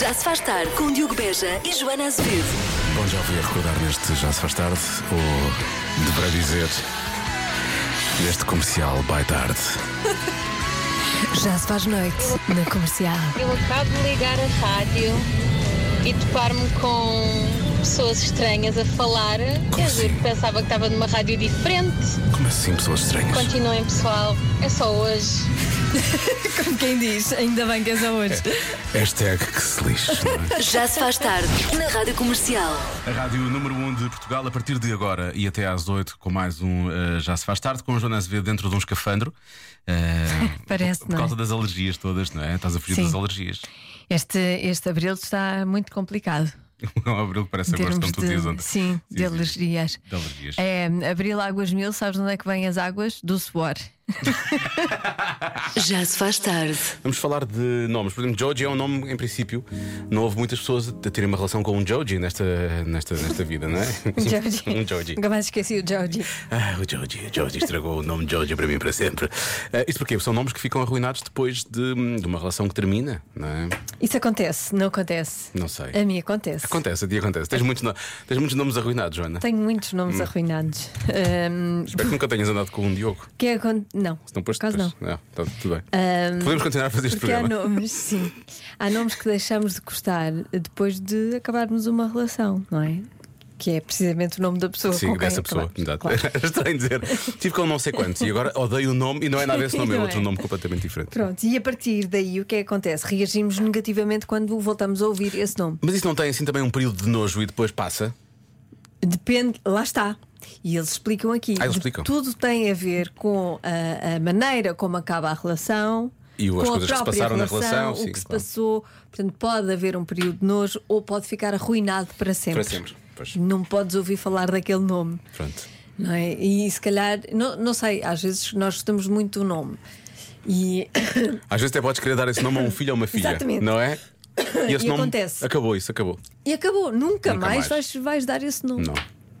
Já se faz tarde com Diogo Beja e Joana Azevedo. Bom, já ouvi a recordar neste Já se faz tarde, ou deverá dizer, neste comercial by tarde. Já se faz noite na comercial. Eu acabo de ligar a rádio e topar-me com pessoas estranhas a falar. Como Eu juro assim? que pensava que estava numa rádio diferente. Como assim, pessoas estranhas? Continuem, pessoal. É só hoje. Como quem diz, ainda bem que é só hoje. Hashtag que se lixe. não é? Já se faz tarde na rádio comercial. A rádio número 1 um de Portugal, a partir de agora e até às 8, com mais um eh, Já Se Faz Tarde, com a Joana Azevedo dentro de um escafandro. eh, Parece, Por não é? causa das alergias todas, não é? Estás a fugir Sim. das alergias. Este, este abril está muito complicado. O Um abril que parece agosto, como tu de, dizias ontem. sim, de alergias. De alergias. É, abril Águas Mil, sabes onde é que vêm as águas? Do suor. Já se faz tarde. Vamos falar de nomes. Por exemplo, Joji é um nome, em princípio, não houve muitas pessoas a terem uma relação com um Joji nesta, nesta, nesta vida, não é? um Joji. Nunca mais esqueci o Georgie. Ah, o Joji. O Joji estragou o nome Joji para mim para sempre. Ah, isso porque são nomes que ficam arruinados depois de, de uma relação que termina, não é? Isso acontece, não acontece. Não sei. A mim acontece. Acontece, a ti acontece. Tens muitos, no- tens muitos nomes arruinados, Joana. Tenho muitos Hum. nomes arruinados. Ahm, Espero que nunca tenhas andado com um Diogo. que acon- Não, Não, por pois, acaso não. pois- tá, tudo bem. Ahm, Podemos continuar a fazer este Porque há programa. nomes, sim. Há nomes que deixamos de gostar depois de acabarmos uma relação, não é? Que é precisamente o nome da pessoa Sim, com quem dessa pessoa. acabamos. Exato. Claro. Era estranho dizer. Tive com não sei quantos e agora odeio o nome e não é nada esse nome, é Não outro é. nome completamente diferente. Pronto, e a partir daí o que é que acontece? Reagimos negativamente quando voltamos a ouvir esse nome. Mas isso não tem assim também um período de nojo e depois passa? Depende, lá está. E eles explicam aqui. Ah, eles De- explicam. Tudo tem a ver com a, a maneira como acaba a relação. E com as a coisas que se própria passaram na relação, o sim, que se claro. passou. Portanto, pode haver um período de nojo ou pode ficar arruinado para sempre. Para sempre, pois. Não podes ouvir falar daquele nome. Pronto. Não é? E se calhar, não, não sei, às vezes nós gostamos muito do nome. E Às vezes até podes querer dar esse nome a um filho ou uma filha. Exatamente. Não é? E acontece. Acabou isso, acabou. E acabou, nunca, Nunca mais, mais. Vais, vais dar esse nome. Não.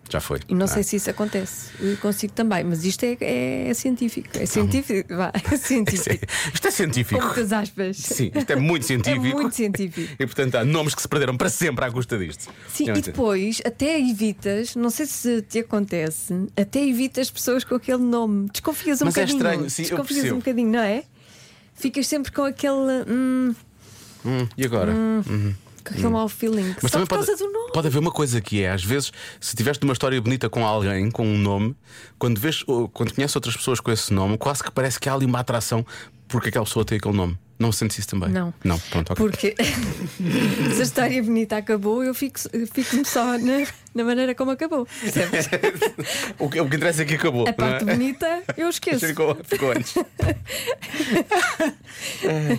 Já foi. E não Ah. sei se isso acontece. Eu consigo também, mas isto é, é- é científico. É científico, vá, é Isto Tá é, científico. isto é Com científico. muitas aspas. Sim, isto é muito científico. É muito científico. E portanto há nomes que se perderam para sempre à custa disto. Sim, É e muito- depois até evitas, não sei se te acontece, até evitas pessoas com aquele nome. Desconfias um Mas é bocadinho. estranho, sim, eu Desconfias um percebo. bocadinho, não é? Ficas sempre com aquele. hum, Hum, e agora? com aquele mau feeling. só por causa do nome. Hum. pode haver uma coisa que é, às vezes, se tiveste uma história bonita com alguém, com um nome, quando, vês, ou quando conheces outras pessoas com esse nome, quase que parece que há ali uma atração porque aquela pessoa tem aquele nome. Não sentes isso também? Não. Não, pronto, ok. Porque se a história é bonita acabou, eu fico- fico-me só na, na maneira como acabou. percebes? O, que, o que interessa é que acabou. A parte não é? bonita eu esqueço. Ficou, ficou antes. Ah,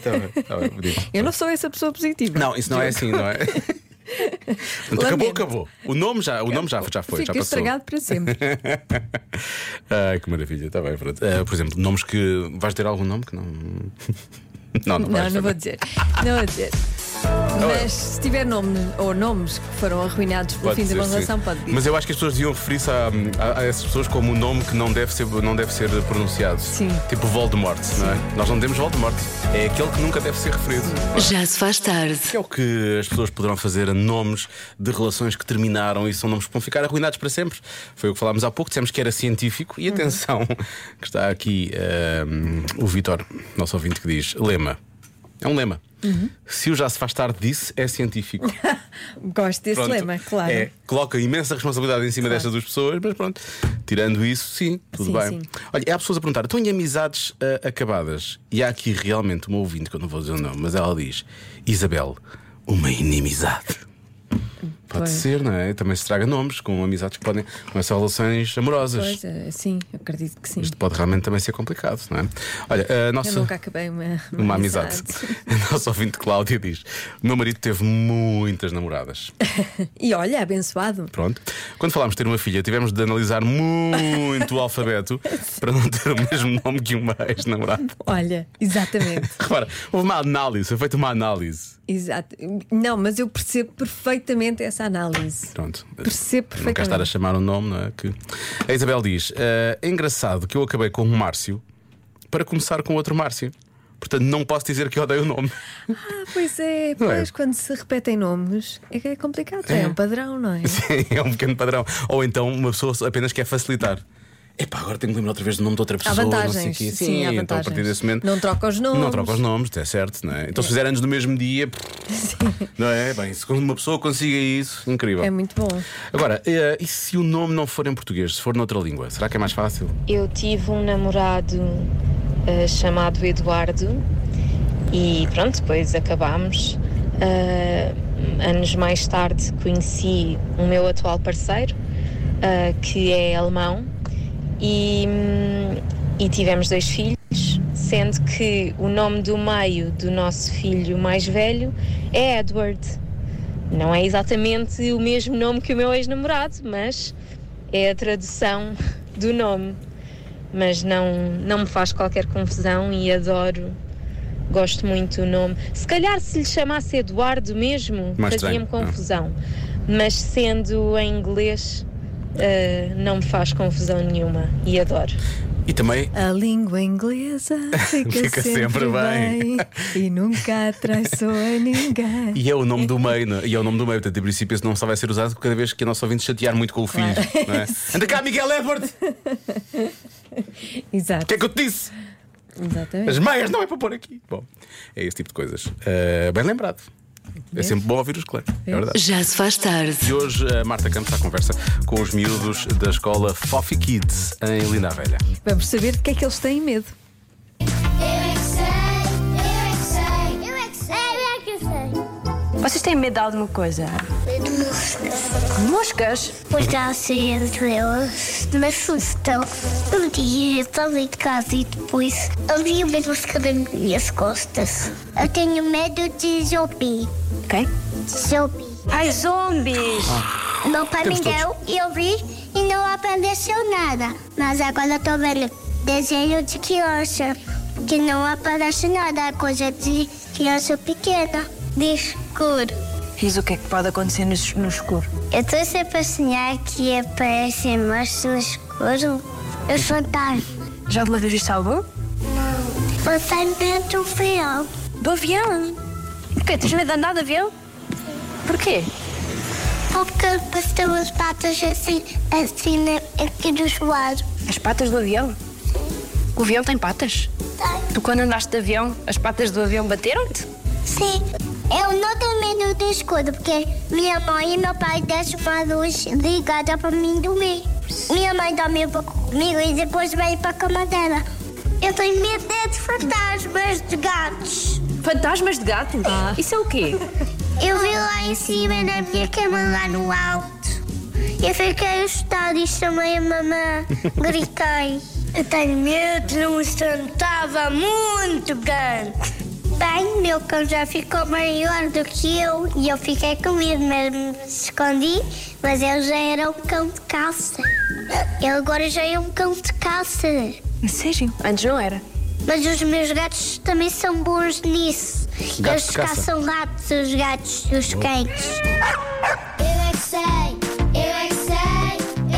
Tá bem, tá bem, bonito. Eu não sou essa pessoa positiva. Não, isso não é assim, não é? Portanto, Acabou, Lamento. acabou. O nome já, o nome já, já foi, Fica já passou. estragado para sempre. Ai, Ah, que maravilha, está bem, pronto. Ah, por exemplo, nomes que. Vais ter algum nome que não. Não, não, não, vais. tá Então é. não vou dizer. Não vou dizer. Mas se tiver nome ou nomes que foram arruinados pelo Pode fim de ser, uma sim. relação, pode dizer. Mas eu acho que as pessoas deviam referir-se a, a- a essas pessoas como um nome que não deve ser, não deve ser pronunciado. Sim. Tipo Voldemort, não é? Nós não demos Voldemort. É aquele que nunca deve ser referido. Já se faz tarde. Que é o que as pessoas poderão fazer a nomes de relações que terminaram e são nomes que vão ficar arruinados para sempre. Foi o que falámos há pouco, dissemos que era científico. E atenção, que está aqui hum, o Vitor, nosso ouvinte, que diz: lema. É um lema. Se o já se faz tarde disse, é científico. Gosto desse Pronto. lema, claro. É, coloca imensa responsabilidade em cima Claro. destas duas pessoas, mas pronto, tirando isso, sim, tudo Sim, bem. sim. Olha, há pessoas a perguntar: estão em amizades ah, acabadas? E há aqui realmente uma ouvinte, que eu não vou dizer o nome, mas ela diz: Isabel, uma inimizade. Pode Pois. ser, não é? Também se traga nomes com amizades que podem. Não é só relações amorosas. Pois, eh, sim, eu acredito que sim. Isto pode realmente também ser complicado, não é? Olha, a nossa. Eu nunca acabei uma, uma, Uma amizade. A nossa ouvinte Cláudia diz: Meu marido teve muitas namoradas. E olha, abençoado. Pronto. Quando falámos de ter uma filha, tivemos de analisar muito o alfabeto para não ter o mesmo nome que uma ex-namorada. Olha, exatamente. Repara, houve uma análise, foi feita uma análise. Exato. Não, mas eu percebo perfeitamente essa análise. Pronto. Percebo Não quero estar a perfeitamente. chamar o nome, não é? Que... A "Eh, Isabel diz: "Ah, É engraçado que eu acabei com um Márcio para começar com outro Márcio. Portanto, não posso dizer que odeio o nome. Ah, pois é, pois quando se repetem nomes é que é complicado, é, um padrão, não é? é um pequeno padrão. Ou então uma pessoa apenas quer facilitar. Epá, agora tenho que lembrar outra vez do nome de outra pessoa. Há não sei o vantagens. quê. sim, Sim, há então vantagens. a partir desse momento. Não troca os nomes. Não troca os nomes, é certo, não é? Então se fizer anos no mesmo dia, pff, Sim, não é? Bem, se uma pessoa consiga isso, incrível. é muito bom. Agora, eh, e se o nome não for em português, se for noutra língua, será que é mais fácil? Eu tive um namorado ah, chamado Eduardo e pronto, depois acabámos. Ah, anos mais tarde conheci o meu atual parceiro, ah, que é alemão, e, hum, e tivemos dois filhos, sendo que o nome do meio do nosso filho mais velho é Edward. Não é exatamente o mesmo nome que o meu ex-namorado, mas é a tradução do nome. Mas não, não me faz qualquer confusão e adoro. Gosto muito do nome. Se calhar se lhe chamasse Eduardo mesmo, Mais fazia-me estranho, não é? confusão. Mas sendo em inglês, eh, não me faz confusão nenhuma e adoro. E também, A língua inglesa fica, Fica sempre bem. e nunca traiçoa ninguém. e é o nome do meio, não é? e é o nome do meio, portanto, em princípio, esse nome só vai ser usado cada vez que a nossa ouvinte chatear muito com o filho. não é? Anda cá, Miguel Edward! O Exato, que é que eu te disse? exatamente. As meias não é para pôr aqui. Bom, é esse tipo de coisas. Eh, bem lembrado. É sempre bom ouvir os colegas, é verdade. Já se faz tarde. E hoje a Marta Campos à conversa com os miúdos da escola Fofi Kids em Linda a Velha. Vamos saber de que é que eles têm medo. Vocês têm medo de alguma coisa? Moscas? Pois já sei é as estrelas, me assustam. Um dia eu estava em casa e depois havia mesmo as nas minhas costas. Eu tenho medo de zumbi. Quem? Zumbi. Ah, Ai, zombies! Meu pai me deu e eu vi e não apareceu nada. Mas agora eu tô vendo desenho de criança que não aparece nada, é coisa de criança pequena, de escuro. Diz o que é que pode acontecer no, es- no escuro. Eu tô sempre a sonhar que um aparecem monstros escuros. Eu sou um fantasma. Já alguma vez viste algo? Você dentro um do fiel. Do avião! O quê? Tens medo de andar de avião? Porquê? Porque passamos patas assim, assim né, aqui dos lados. As patas do avião? O avião tem patas? Tu quando andaste de avião, as patas do avião bateram-te? Sim, eu não tenho medo do escuro, porque minha mãe e meu pai deixam uma luz ligada pra mim dormir. Minha mãe dorme um pouco comigo e depois vai pra cama dela. Eu tenho medo de fantasmas, de gatos. Fantasmas de gato? Ah. Isso é o quê? Eu vi lá em cima da minha cama, lá no alto. Eu fiquei assustada e chamei a mamãe. é Gritei. Eu tenho medo de um estava muito grande. Bem, meu cão já ficou maior do que eu e eu fiquei com medo, mas me escondi. Mas ele já era um cão de caça. Ele agora já é um cão de caça. Sério? Antes não era. Mas os meus gatos também são bons nisso. Gatos de Eles caça. caçam ratos, os gatos, os cães. é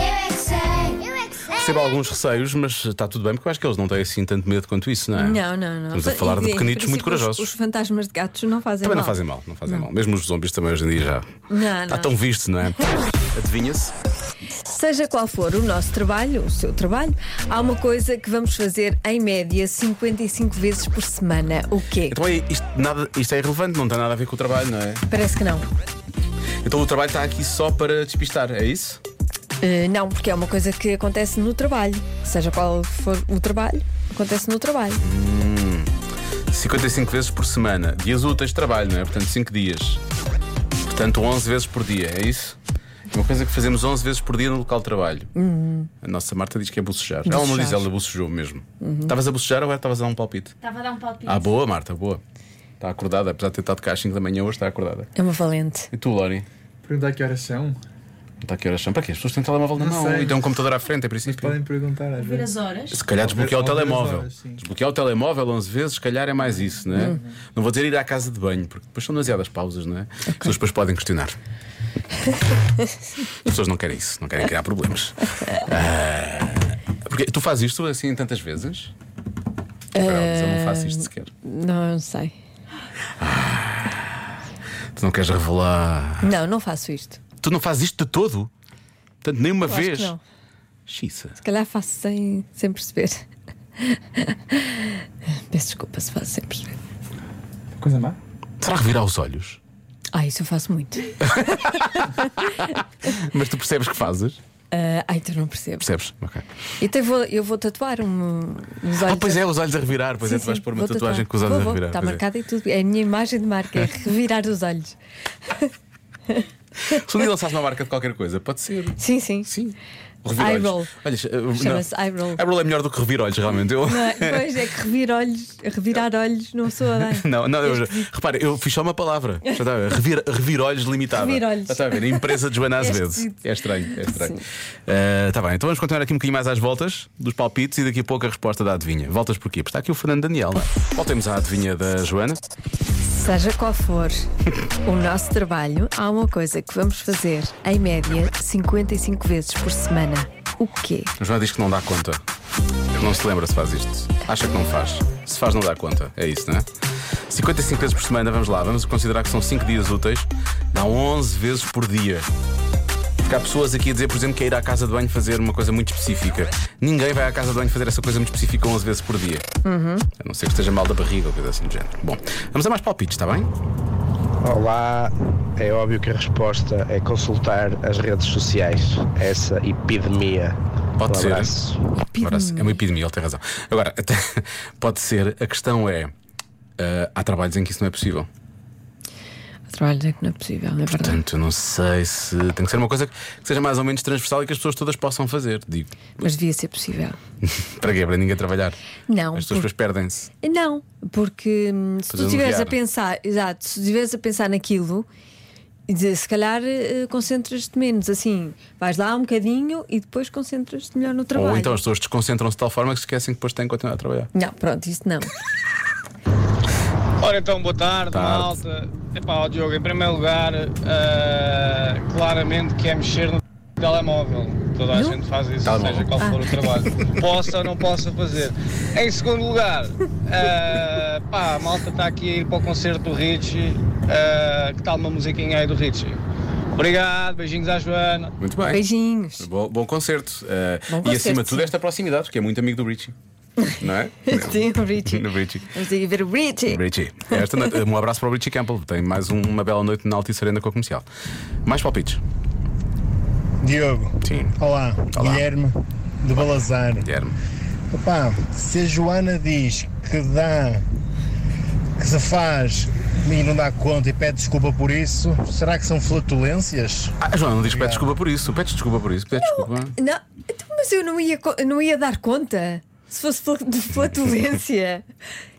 é Percebo alguns receios, mas está tudo bem, porque eu acho que eles não têm assim tanto medo quanto isso, não é? Não, não, não. Estamos a falar de E, em pequenitos muito princípio, os- corajosos. Os, fantasmas de gatos não fazem Também mal. não fazem mal, não fazem mal. Mesmo os zombies também hoje em dia já. Não, Está não. tão visto, não é? Adivinha-se? Seja qual for o nosso trabalho, o seu trabalho, há uma coisa que vamos fazer em média 55 vezes por semana. O quê? Então é, isto, nada, isto é irrelevante, não tem nada a ver com o trabalho, não é? Parece que não. Então o trabalho está aqui só para despistar, é isso? Eh, não, porque é uma coisa que acontece no trabalho. Seja qual for o trabalho, acontece no trabalho. 55 vezes por semana. Dias úteis de trabalho, não é? Portanto, 5 dias. Portanto, 11 vezes por dia, é isso? É Uma coisa que fazemos 11 vezes por dia no local de trabalho. A nossa Marta diz que é bocejar. Ela não Bocejar. diz, ela bocejou mesmo. Estavas a bocejar ou estavas a dar um palpite? Estava a dar um palpite. Ah, boa, Marta, boa. Está acordada, apesar de ter estado cá às 5 da manhã, hoje está acordada. É uma valente. E tu, Lori? Perguntar que horas são? Não está aqui horas são? Para quê? As pessoas têm telemóvel na Não mão sei. e têm um computador à frente, é princípio. Podem perguntar às vezes. Se calhar desbloquear o Talvez- talvez telemóvel. horas, sim. desbloquear o telemóvel 11 vezes, se calhar é mais isso, não é? Uhum. Não vou dizer ir à casa de banho, porque depois são demasiadas pausas, não é? As pessoas depois podem questionar. As pessoas não querem isso, não querem criar problemas. Ah, porque tu fazes isto assim tantas vezes? Espera, mas eu não faço isto sequer. Não, não sei. Tu não queres revelar. Não, não faço isto. Tu não fazes isto de todo? Portanto, nem uma Eu acho que vez. não. Xiça. Se calhar faço sem, sem perceber. Peço desculpa se faço sem perceber. Coisa má? Será revirar os olhos? Ah, isso eu faço muito. Mas tu percebes que fazes? Ah, ai, tu não percebes. Percebes? Ok. Então eu vou, eu vou tatuar um, os olhos. Ah, pois é, os olhos a revirar. Pois Sim, é, tu vais sim, pôr uma vou tatuagem tatuar. com os olhos Vou, a vou, revirar. Está pois é. marcada e tudo. É a minha imagem de marca, é revirar os olhos. Se um dia lançares uma marca de qualquer coisa, pode ser. Sim, sim. Sim. Eye Revira roll. olhos. Olhas, eh, não. Chama-se eye roll. Eye roll é melhor do que revir olhos, realmente. Eu... Não é? Pois é que revir olhos, revirar olhos não soa bem. Não, não, eu, repare, eu fiz só uma palavra. Já está a ver. Revir, revir olhos limitada. Revir olhos. Já está a ver. Empresa de Joana É Azevedo. esquisito. É estranho, é estranho. Eh, Está bem, então vamos continuar aqui um bocadinho mais às voltas dos palpites e daqui a pouco a resposta da adivinha. Voltas porquê? Porque está aqui o Fernando Daniel. não é? Voltemos à adivinha da Joana. Seja qual for o nosso trabalho, há uma coisa que vamos fazer, em média, 55 vezes por semana. O quê? A Joana diz que não dá conta. Não se lembra se faz isto. Acha que não faz. Se faz, não dá conta. É isso, não é? 55 vezes por semana, vamos lá. Vamos considerar que são 5 dias úteis. Dá 11 vezes por dia. Porque há pessoas aqui a dizer, por exemplo, que é ir à casa de banho fazer uma coisa muito específica. Ninguém vai à casa de banho fazer essa coisa muito específica 11 vezes por dia. A não ser que esteja mal da barriga ou coisa assim do género. Bom, vamos a mais palpites, está bem? Olá, é óbvio que a resposta é consultar as redes sociais. Essa epidemia. Pode um ser. abraço. Agora, sim, é uma epidemia, ele tem razão. Agora, até- pode ser, a questão é: ah, há trabalhos em que isso não é possível. Trabalho é que não é possível, é verdade. Portanto, eu não sei se. Tem que ser uma coisa que seja mais ou menos transversal e que as pessoas todas possam fazer. Digo, Mas devia ser possível. para quê? Para ninguém trabalhar. Não, As pessoas porque- depois perdem-se. Não, porque hum, se tu Podes estiveres a aliviar. pensar, exato, se estiveres a pensar naquilo, e dizer, se calhar eh, concentras-te menos, assim, vais lá um bocadinho e depois concentras-te melhor no trabalho. Ou então as pessoas desconcentram-se de tal forma que esquecem que depois têm que continuar a trabalhar. Não, pronto, isso não. Ora então, boa tarde, Tarde. malta. Epá, ó Diogo, em primeiro lugar, ah, claramente que é mexer no telemóvel. Toda a No? gente faz isso, Telemóvel. seja qual for Ah. o trabalho. possa ou não possa fazer. Em segundo lugar, ah, pá, a malta está aqui a ir para o concerto do Richie. Ah, que tal uma musiquinha aí do Richie? Obrigado, beijinhos à Joana. Muito bem. Beijinhos. Bom, bom concerto. Ah, Bom e concerto, acima de tudo, sim. esta proximidade, porque é muito amigo do Richie. Não é? Sim, o Richie. No Richie. Vamos aí ver o Richie. Richie. Esta noite, um abraço para o Richie Campbell. Tem mais um- uma bela noite na Altice Arena com a comercial. Mais palpites? Diogo, Sim. olá, Olá. Guilherme de Balazar. Guilherme. Opa, se a Joana diz que dá, que se faz e não dá conta e pede desculpa por isso, será que são flatulências? Ah, João, não diz que pede desculpa por isso. Pede desculpa por isso. Pede desculpa. Não, então, mas eu não ia, co- não ia dar conta. Se fosse fla- de flatulência,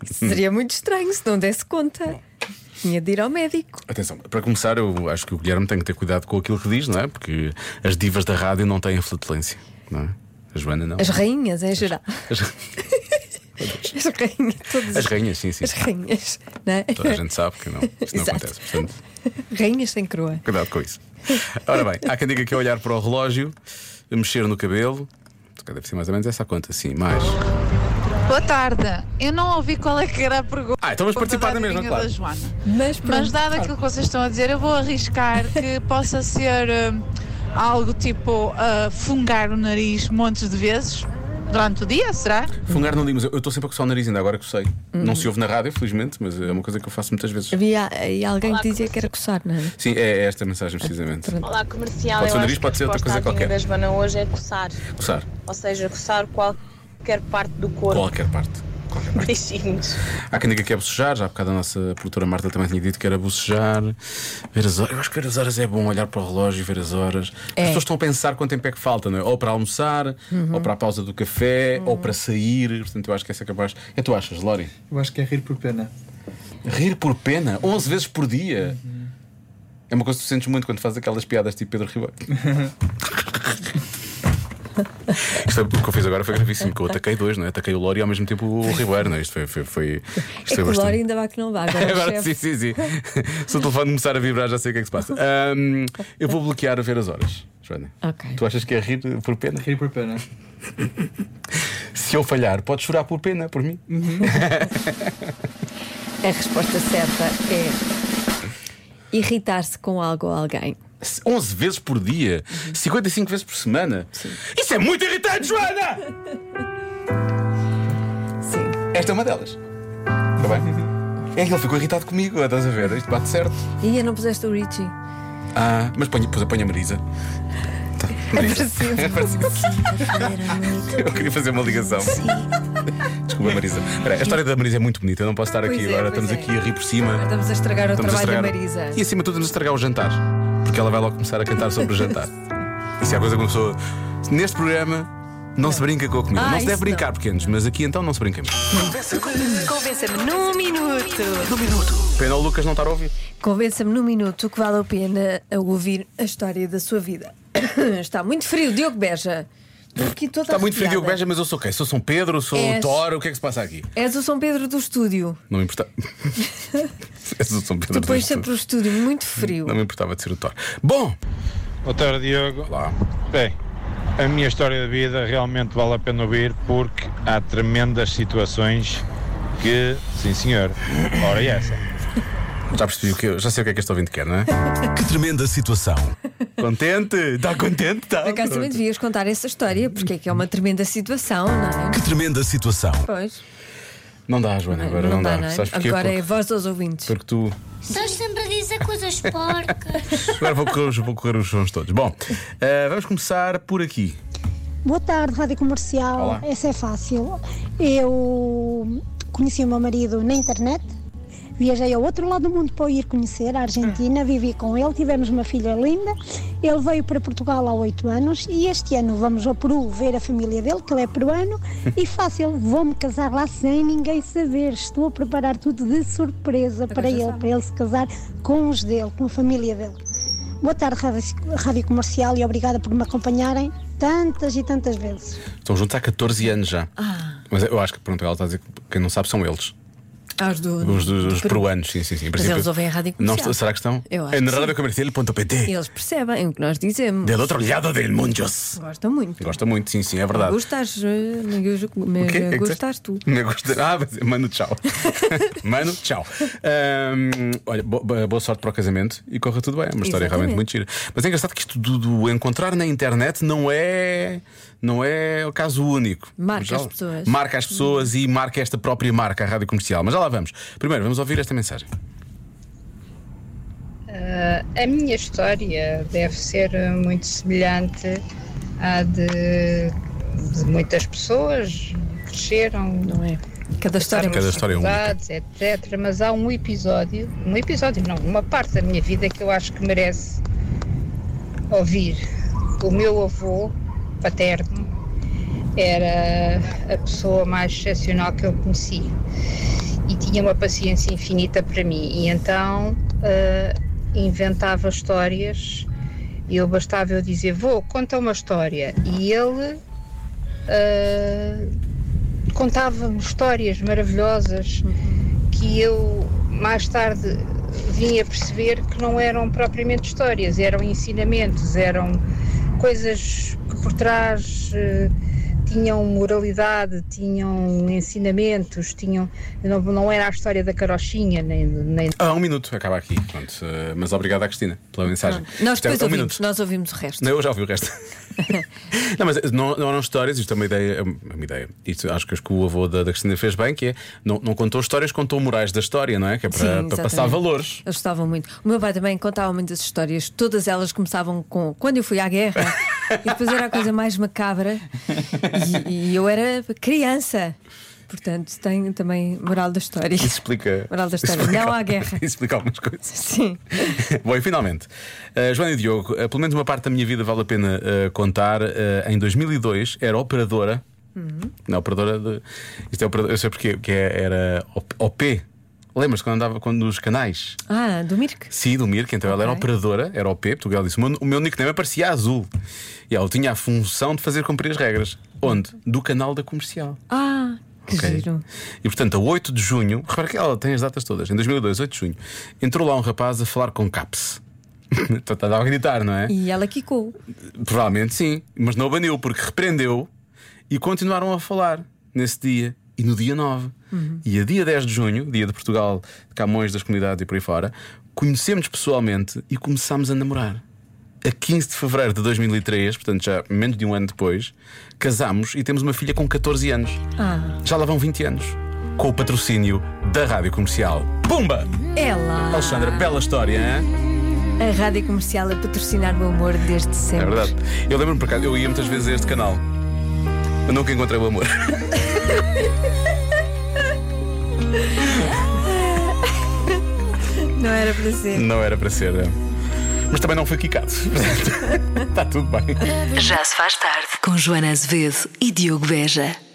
Isso seria muito estranho se não desse conta. Tinha de ir ao médico. Atenção, para começar, eu acho que o Guilherme tem que ter cuidado com aquilo que diz, não é? Porque as divas da rádio não têm flatulência, não é? A Joana não. As rainhas, em geral. As, As rainhas, todas as rainhas, sim, sim. As rainhas, não é? Toda a gente sabe que não, isso não Exato. acontece. Portanto, Rainhas sem coroa. cuidado com isso. Ora bem, há quem diga que é olhar para o relógio, mexer no cabelo. Se calhar Deve ser mais ou menos essa a conta, sim. Mais. Boa tarde. Eu não ouvi qual é que era a pergunta. Ah, então vamos participar da da mesma, adivinha claro. da Joana. Mas, Mas dado aquilo que vocês estão a dizer, eu vou arriscar que possa ser hum, algo tipo ah, fungar o nariz montes de vezes durante o dia, será? Fungar não digo, mas eu eu estou sempre a coçar o nariz, ainda agora que sei. Hum. Não se ouve na rádio, felizmente, mas é uma coisa que eu faço muitas vezes. Havia aí alguém que dizia que era coçar, não é? Sim, é esta a mensagem precisamente. Olá, comercial. Pode ser eu um nariz, acho pode que ser a resposta outra coisa à adivinha qualquer. da Joana hoje é coçar. Coçar. Ou seja, coçar qualquer parte do corpo. Qualquer parte. Beijinhos. Há quem diga que é bocejar, já há bocado a nossa produtora Marta também tinha dito que era bocejar. Ver as horas. Eu acho que ver as horas é bom, olhar para o relógio e ver as horas. É. As pessoas estão a pensar quanto tempo é que falta, não é? Ou para almoçar, Uhum. ou para a pausa do café, ou para sair. Portanto, eu acho que essa é capaz. É tu achas, Lori? Eu acho que é rir por pena. Rir por pena, 11 vezes por dia. É uma coisa que tu sentes muito quando fazes aquelas piadas tipo Pedro Ribeiro. Isto é, o que eu fiz agora foi gravíssimo, que eu ataquei dois, não é? Ataquei o Lori e ao mesmo tempo o Ribeiro, não é? Isto foi. foi, foi- É isto que foi o Lori bastante- ainda vai que não vai. Agora, é o Agora chefe- sim, sim, sim. Se o telefone começar a vibrar, já sei o que é que se passa. Ahm, eu vou bloquear a ver as horas, Joana. Ok. Tu achas que é rir por pena? Rir por pena. Se eu falhar, pode chorar por pena, por mim. A resposta certa é irritar-se com algo ou alguém. 11 vezes por dia, 55 vezes por semana. Isso é muito irritante, Joana! Esta é uma delas. Está bem? É que ele ficou irritado comigo, estás a ver? Isto bate certo. E eu não puseste o Richie. Ah, mas ponho, depois apanho a Marisa. Tá, Marisa. Apareceu. É parecido. Eu queria fazer uma ligação. Desculpa, Marisa. Espera, a história da Marisa é muito bonita. Eu não posso estar Pois aqui é, agora. pois Estamos é. aqui a rir por cima. Estamos a estragar o Estamos a trabalho da estragar- Marisa. E acima de tudo, nos estragar o jantar. Porque ela vai logo começar a cantar sobre o jantar. Isso é a coisa que uma pessoa. Neste programa, não se brinca com a comida. Ah, não se isso deve não. brincar, pequenos, mas aqui então não se brinca mesmo. Convença-me num minuto. Num minuto. Pena o Lucas não estar a ouvir. Convença-me num minuto que vale a pena a ouvir a história da sua vida. Está muito frio, Diogo Beja. Estou aqui toda Está muito frio, arrepiada. Diogo Beja, mas eu sou quem? Sou São Pedro, sou És. o Toro, o que é que se passa aqui? És o São Pedro do estúdio. Não me importa. És o São Pedro do Estúdio. Depois sempre o estúdio muito frio. Não me importava de ser o Thor. Bom! Boa tarde, Diogo. Olá. Bem, a minha história de vida realmente vale a pena ouvir porque há tremendas situações que, sim senhor, ora é essa. Já percebi o que eu, já sei o que é que este ouvinte quer, não é? Que tremenda situação. Contente? Está contente? Tá, Está. Por acaso também devias contar essa história, porque é que é uma tremenda situação, não é? Que tremenda situação. Pois. Não dá, Joana, agora não, não dá, dá. não é? Sabes porquê? Agora é porque, voz aos ouvintes. porque tu. Só sempre dizer coisas porcas. Agora vou correr, os- vou correr os sons todos. Bom, eh, vamos começar por aqui. Boa tarde, Rádio Comercial. Olá. Essa é fácil. Eu conheci o meu marido na internet, viajei ao outro lado do mundo para o ir conhecer, a Argentina, vivi com ele, tivemos uma filha linda. Ele veio para Portugal há oito anos e este ano vamos ao Peru ver a família dele, que ele é peruano, e fácil, vou-me casar lá sem ninguém saber. Estou a preparar tudo de surpresa para ele, para ele se casar com os dele, com a família dele. Boa tarde, Rádio, Rádio Comercial, e obrigada por me acompanharem tantas e tantas vezes. Estão juntos há 14 anos já. Ah, Mas eu acho que, pronto, ela está a dizer que quem não sabe são eles. aos do. Os, do os, os Peru. peruanos, sim, sim, sim. Em Mas princípio- eles ouvem a rádio Não, comercial. será que estão? Eu acho É na que sim. radiocomercial.pt Eles percebem o que nós dizemos. Del outro lado del mundo. Gostam muito. Gosta muito, sim, sim, é verdade. Gostas, eh, mas O quê? É que gostas tu. Me gusta- Ah, mas- mano, tchau. mano, tchau. Ahm, olha, bo- bo- boa sorte para o casamento e corra tudo bem. É uma história Exatamente. realmente muito gira. Mas é engraçado que isto do, do encontrar na internet não é, não é o caso único. Marca Mas já- as pessoas. Marca as pessoas e marca esta própria marca, a rádio comercial. Mas já lá vamos. Primeiro, vamos ouvir esta mensagem. Ah, a minha história deve ser muito semelhante à de, de muitas pessoas. Cresceram. Não é? Cada história é uma Cada história é única. etc. Mas há um episódio, um episódio não, uma parte da minha vida que eu acho que merece ouvir. O meu avô paterno era a pessoa mais excepcional que eu conheci e tinha uma paciência infinita para mim. E então ah, inventava histórias e eu bastava eu dizer: Vou, conta uma história. E ele ah, contava-me histórias maravilhosas que eu mais tarde vim a perceber que não eram propriamente histórias, eram ensinamentos, eram coisas que por trás eh, tinham moralidade, tinham ensinamentos, tinham não, não era a história da carochinha nem, nem Ah, um minuto, acaba aqui. Pronto, eh, mas obrigado à Cristina pela mensagem. Nós Isto é- depois é um minuto. ouvimos, nós ouvimos o resto. Não, eu já ouvi o resto. não, mas eh, não, não eram histórias, isto é uma ideia. é Uma ideia. Isto, acho que acho que o avô da, da Cristina fez bem, que é não, não contou histórias, contou morais da história, não é? Que é Sim, para, para exatamente. passar valores. Eles gostavam muito. O meu pai também contava muitas histórias. Todas elas começavam com quando eu fui à guerra. e depois era a coisa mais macabra. E, e eu era criança. Portanto, tem também moral da história. Isso explica. Moral da isso história. explica Não há al- guerra. Isso explica algumas coisas. Sim. Bom, e finalmente, eh, Joana e Diogo, eh, pelo menos uma parte da minha vida vale a pena eh, contar. Eh, em 2002 era operadora. Uhum. Na operadora de. Isto é operadora, eu sei porque que é- era op- OP. Lembras-te quando andava quando nos canais? Ah, do Mirk. Sim, do Mirk, então ela era operadora, era OP, Portugal disse: o meu, o meu nickname aparecia azul. E ela tinha a função de fazer cumprir as regras. Onde? Do canal da comercial. Ah, que Ok. giro. E portanto, a 8 de junho, repara que ela tem as datas todas, em 2002, 8 de junho, entrou lá um rapaz a falar com CAPS. Então, Estava a gritar, não é? E ela quicou. Provavelmente sim, mas não o baniu porque repreendeu E continuaram a falar nesse dia e no dia 9. Uhum. E a dia 10 de junho, dia de Portugal, de Camões das Comunidades e por aí fora, conhecemos pessoalmente e começámos a namorar. A 15 de fevereiro de 2003, portanto já menos de um ano depois, casámos e temos uma filha com 14 anos. Ah. Já lá vão 20 anos. Com o patrocínio da Rádio Comercial. Pumba! É lá. Alexandra, bela história, hein? A rádio comercial a patrocinar o amor desde É sempre. verdade. Eu lembro-me por acaso, eu ia muitas vezes a este canal. Mas nunca encontrei o amor. Não era para ser. Não era para ser. é. Mas também não foi quicado. Portanto, Está tudo bem. Já se faz tarde com Joana Azevedo e Diogo Beja.